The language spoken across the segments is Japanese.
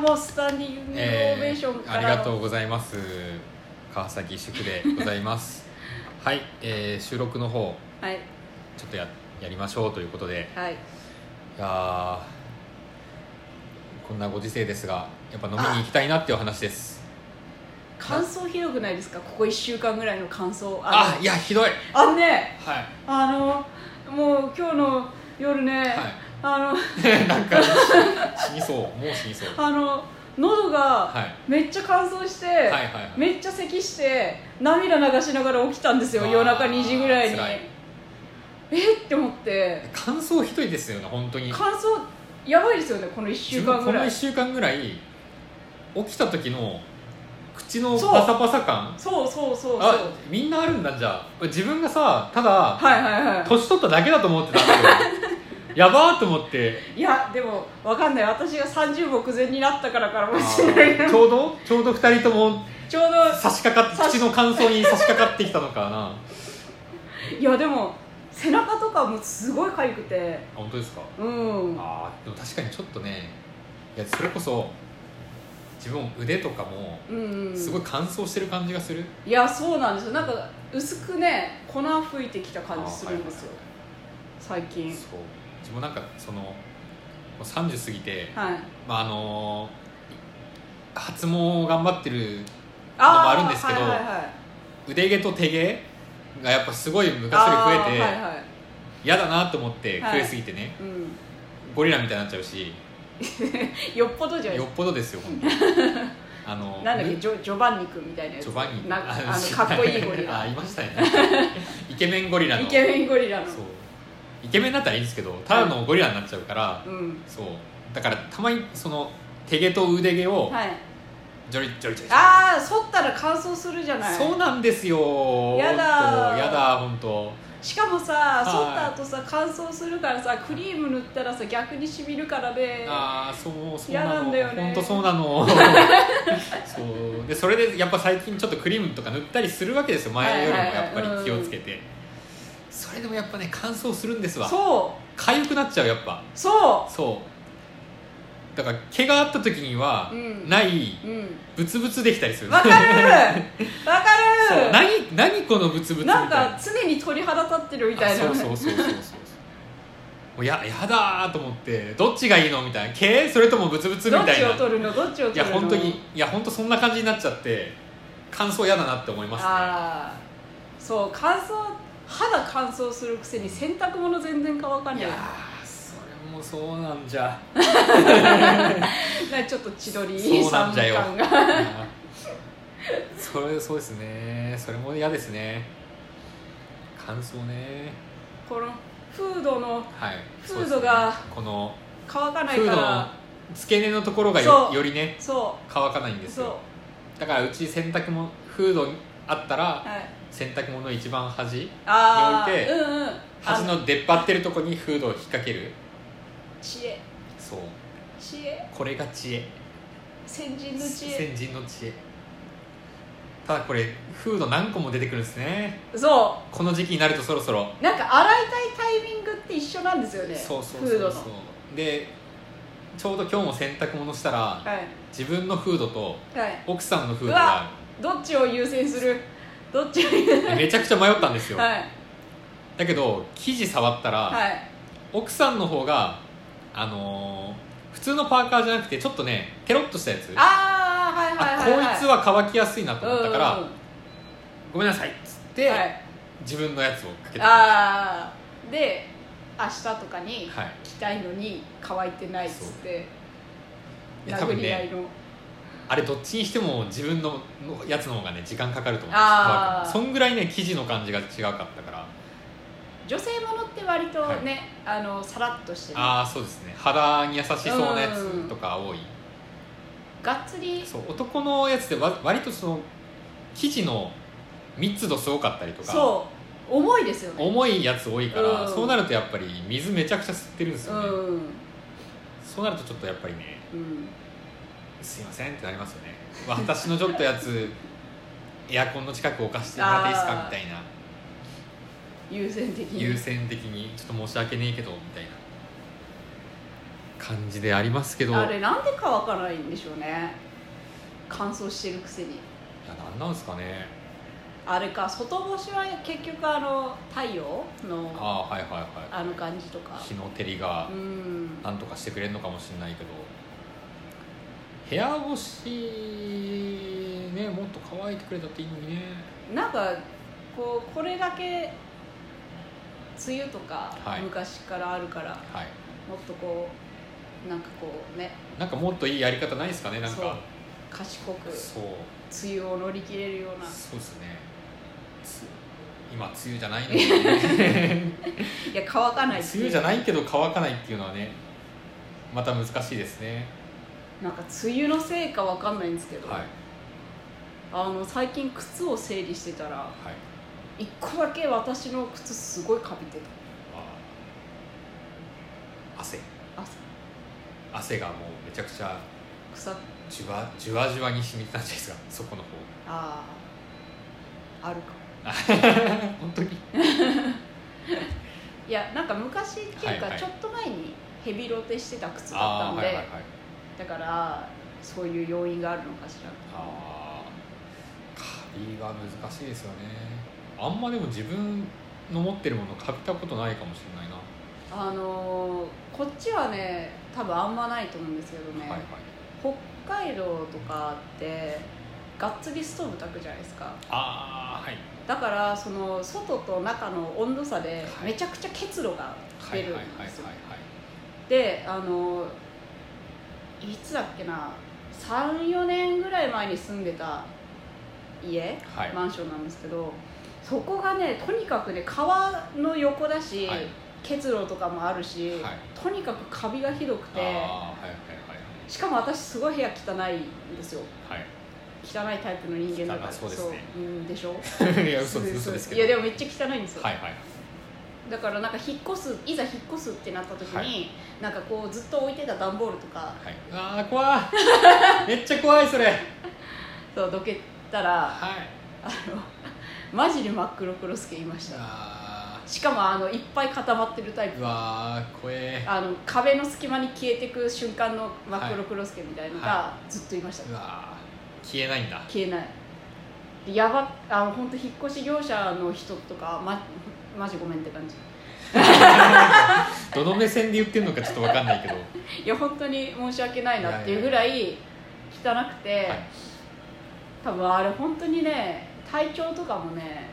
もうスタンディングオえベーションー、あかりらがの、とうございます川崎宿でございます はい、えー収録の方はいちょっとややりましょうということではいいやーこんなご時世ですがやっぱ飲みに行きたいなっていう話です感想ひどくないですかここ1週間ぐらいの感想ああいやひどいあのねはいあのもう今日の夜ね、はあのい なんか死にそうもう死にそうあの喉がはいめっちゃ乾燥して、はいはいはいめっちゃ咳して涙流しながら起きたんですよあー夜中2時ぐらいに辛いえっって思って感想ひどいですよね本当に乾燥やばいですよねこの1週間ぐこのら1い週間ぐらい起きた時の口のそうパサパサ感そうそうそうそうあみんなあるんだじゃあ自分がさただはいはいはい年取っただけだと思ってたんだ けどやばーと思っていやでもわかんない私が30目前になったからかあもしれないーちょうどちょうど2人とも ちょうど差し掛かっ差てし口の乾燥に差し掛かってきたのかないやでも背中とかもすごい痒くてあ本当ですかうんあーでも確かにちょっとねいやそれこそ自分腕とかもうんすごい乾燥してる感じがする、いやそうなんですよなんか薄くね粉吹いてきた感じするんですよ最近そう自分なんかそのもう30過ぎて、はいまああのー発毛頑張ってるーのもあるんですけどはいはいはい腕毛と手毛がやっぱすごい昔より増えあーはいてはい嫌、だなと思ってはい増えすぎてね、うん、ゴリラみたいになっちゃうしよっぽどじゃないよっぽどですよ 本当にあのなんだっけむジョジョバンニ君みたいなやつジョバンニなんかあ知のかっこいいゴリあラいましたね イケメンゴリラのイケメンゴリラのそうイケメンだったらいいんですけどただのゴリラになっちゃうから、うんそうだからたまにその手毛と腕毛をはいジョリジョリジョリああ剃ったら乾燥するじゃないそうなんですよやだー本当やだ本当しかもさい剃った後さ乾燥するからさクリーム塗ったらさ逆にしみるからねああそうそう嫌ななんのだよね本当そうなの そうでそれでやっぱ最近ちょっとクリームとか塗ったりするわけですよ前よりもはいはいはいやっぱりうん気をつけて、それでもやっぱね乾燥するんですわそう痒くなっちゃうやっぱそそうだから毛があった時には、うんない、ううんブツブツできたりするわか るわそうか何何このブツブツるみたないんなか常に鳥肌立ってるみたいなあそうそうそうそうそうそうもうややだーと思ってどっちがいいのみたいな毛それともブツブツみどったいちなを取るのどっちをい取やるの本当にいや本当そんな感じになっちゃって感想嫌だなって思いますねああそう乾燥肌乾燥するくせに洗濯物全然乾かないいやーそれもそうなん じゃなんかちょっと千鳥そうなさんんじゃよ感があーそれそうですねそれも嫌ですね感想ねこのフードのはいフードそうですねがこの乾かないフーかドのら付け根のところがよそうよりねそ乾かないんでうすそうよだからうち洗濯もフードあったらはい洗濯物の一番端ああに置いてうんうんあ端の出っ張ってるとこにフードを引っ掛ける知恵そう知恵これが知恵先人の知恵先人の知恵ただこれフード何個も出てくるんですねそこの時期になるとそろそろうなんか洗いたいタイミングって一緒なんですよねそうそうフそードうのそうでちょうど今日も洗濯物したらはい自分のフードとはい奥さんのフードうがわどっちを優先するどっちを優先めちゃくちゃ迷ったんですよ、はいだけど生地触ったら、はい奥さんの方があのー普通のパーカーじゃなくてちょっとねテロッとしたやつああはいはいあはいはいこいつは乾きやすいなと思ったから、うんうんごめんなさいっつって、はい、自分のやつをかけてはああで明日とかいに着たいのに乾いてないっつっていや多殴分り合いねの、あれどっちにしても自分ののやつの方がね時間かかると思うあー乾くのそんぐらいね生地の感じが違かったから女性ものって割とね、あのさらっとしてねああそうですね肌に優しそうなやつとか多いがっつりそう男のやつってわ割とその生地の密度すごかったりとかそう重いですよね重いやつ多いから、うんそうなるとやっぱり水めちゃくちゃ吸ってるんですうよね、ん、そうなるとちょっとやっぱりねうん、すいませんってなりますよね私のちょっとやつエアコンの近く置かせてもらっていいですかあーみたいな優先的に優先的にちょっと申し訳ねえけどみたいな感じでありますけどいあやれなんで乾かないんでしょうね乾燥してるくせになんなんですかねあれか外干しは結局あの太陽のあああーはいはいはの感じとかい日の照りがうんなんとかしてくれるのかもしれないけど部屋干しねもっと乾いてくれたっていいのにねなんかこうこれだけ梅雨とかはい昔からあるから、はいもっとこうなんかこうねなんかもっといいやり方ないですかねなんか賢くそう梅雨を乗り切れるようなそうですねつ今梅雨じゃないのにねいや乾かない梅って雨じゃいないけど乾かないっていうのはねまた難しいですねうなんか梅雨のせいかわかんないんですけど、はいあの最近靴を整理してたらはい一個だけ私の靴すごいかびてあー汗た朝汗がもうめちゃくちゃ臭っじわじわじわに染みてたんじゃないですかそこの方あああるか本当にいやなんか昔っていうか、はいはいちょっと前にヘビロテしてた靴だあったあんーで、はいはいはいだからそういう要因があるのかしらああカビが難しいですよねあんまでも自分の持ってるものカビたことないかもしれないな、あのーこっちはね多分あんまないと思うんですけどね、はいはい北海道とかってがっつりストーブ炊くじゃないですかああはいだからその外と中の温度差ではいめちゃくちゃ結露がは出いはるいんはいはいですよはいであのいつだっけな34年ぐらい前に住んでた家、はいマンションなんですけどそこがねとにかくね川の横だし、はい結露とかもあるし、はいとにかくカビがひどくああーはいてしかも私すごい部屋汚いんですよは汚いタイプの人間だから汚そうですねそううんでしょい はいいや嘘です嘘ですけどいやでもめっちゃ汚いんですよ、はいはいだからなんか引っ越すいざ引っ越すってなった時に、なはんかこうずっと置いてた段ボールとかはいああ怖いめっちゃ怖いそれはいそうどけたらあのマジで真っ黒クロスケいましたあしかもあのいっぱい固まってるタイープうわー怖えあの壁の隙間に消えてく瞬間の真っ黒クロスケみたいのがはずっといました、うわー消えないんだ消えないでやばあの本当引っ越し業者の人とかまマジごめんって感じどの目線で言ってるのかちょっとわかんないけどいや本当に申し訳ないなっていうぐらい汚くて、はい多分あれ本当にね体調とかもね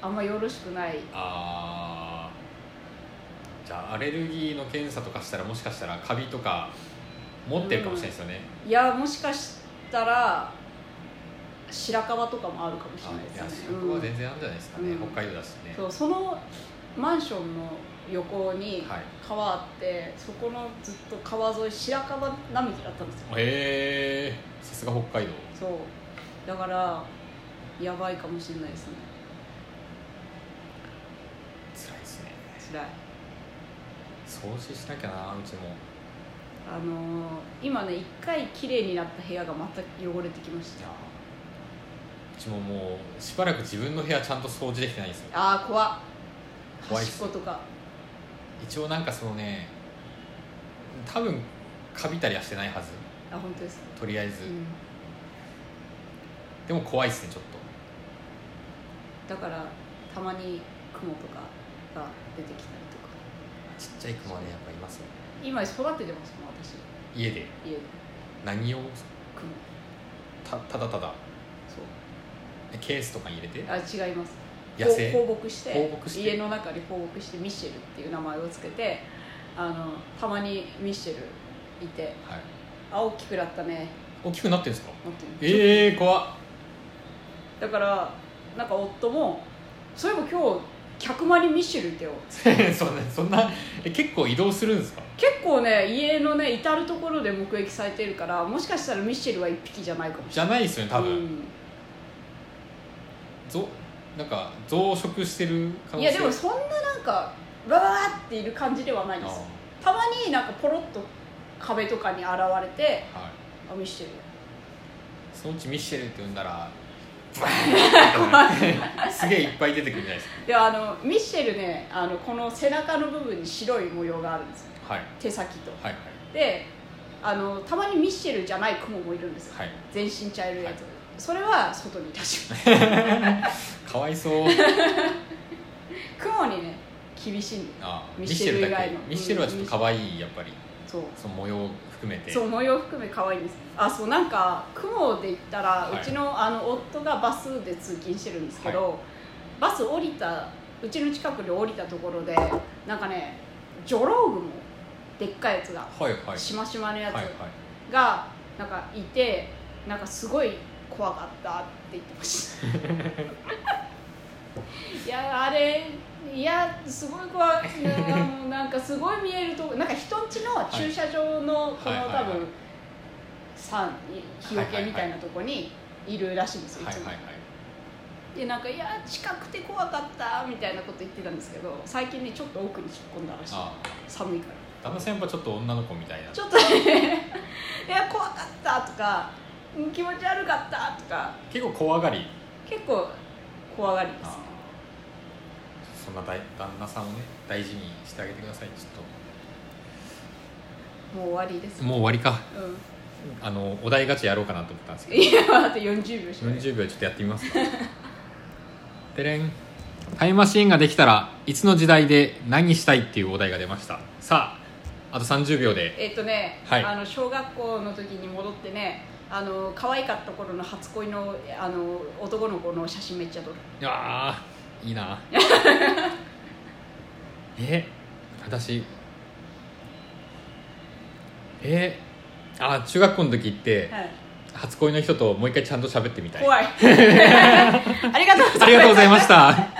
あんまよろしくないあーじゃあアレルギーの検査とかしたらもしかしたらカビとか持ってるかもしれないですよね、いやもしかしたら白樺とかもあるかもしれないあいやですそねこは全然あるんじゃないですかね、うん北海道だしねうんそうそのマンションの横にはい川あって、そこのずっと川沿い白樺並木だったんですよへえさすが北海道そうだからやばいかもしれないですね辛いですね辛い掃除しなきゃなうちもあのー今ね一回綺麗になった部屋がまた汚れてきましいたやうちももうしばらく自分の部屋ちゃんと掃除できてないんですよああ怖っ怖いっ端っすことか一応なんかそのね多分カビたりはしてないはずあ本当ですか、とりあえず、うんでも怖いですねちょっだからたまに雲とかが出てきたりとかとちっちゃいクマねやっぱいますよね今育ててますもん私家で家で何を雲たただただそうケースとかに入れてあ違います野生放放牧して放牧して家の中で放牧してミッシェルっていう名前をつけてあのたまにミッシェルいてはいあ大きくなったね大きくなってるんですか持ってるええー、怖っだからなんか夫もそういえば今日客間にミッシェルいてよ そんなそんなえ結構移動するんですか結構ね家のね至る所で目撃されてるからもしかしたらミッシェルは1匹じゃないかもしじゃないですよねれ多ない、分、うんぞなんか増殖してる可能い性やでもそんななんかわわわっている感じではないあでーすたまになんかポロッと壁とかに現れてはいあ見してるそのうちミッシェルって呼んだらブワーンってすげえいっぱい出てくるんじゃないですであのミッシェルねあのこの背中の部分に白い模様があるんですよかはい手先とはいはいであのたまにミッシェルじゃない雲もいるんですよはい全身茶色いやつ、はそれは外にいたしまかわいそうす雲にね厳しいんであミミッッシシェェルル以だ外けのミッシェルはちょっとかわいいやっぱりそうその模様を含めてそう模様含め可愛いんですあそうなんか雲で言ったら、はいうちのあの夫がバスで通勤してるんですけど、バス降りたうちの近くで降りたところでなんかねジョロウグモでっかいやつが、はいはいしましまのやはいはいつがなんかいてなんかすごい怖かったって言ってました いやあれいやすごい怖いうんなんかすごい見えるとこなんか人んちの駐車場のこの、はいはい多はい分山日よけみたいなとこにいるらしいんですよ、はいはいつも、はいでなんかいや近くて怖かったみたいなこと言ってたんですけど最近ねちょっと奥に引っ込んだらしいあ寒いからあ旦那さんやっぱちょっと女の子みたいなちょっと ねいや怖かったとかうん気持ち悪かったとか結構怖がり結構怖がりですねあそんなだい旦那さんをね大事にしてあげてくださいちょっもう終わりですともう終わりかうあのお題ガチャやろうかなと思ったんですけん、どいやあと40秒しかない40秒ちょっとやってみますか てれんタイムマシーンができたらいつの時代で何したいっていうお題が出ましたさああと30秒でえっとね、はいあの小学校の時に戻ってねあの可愛かった頃の初恋のあの男の子の写真めっちゃ撮るあーいい なえ私えあ中学校の時って、はい、 初恋の人ともう一回ちゃんと喋ってみたい怖いありがとうございますありがとうございました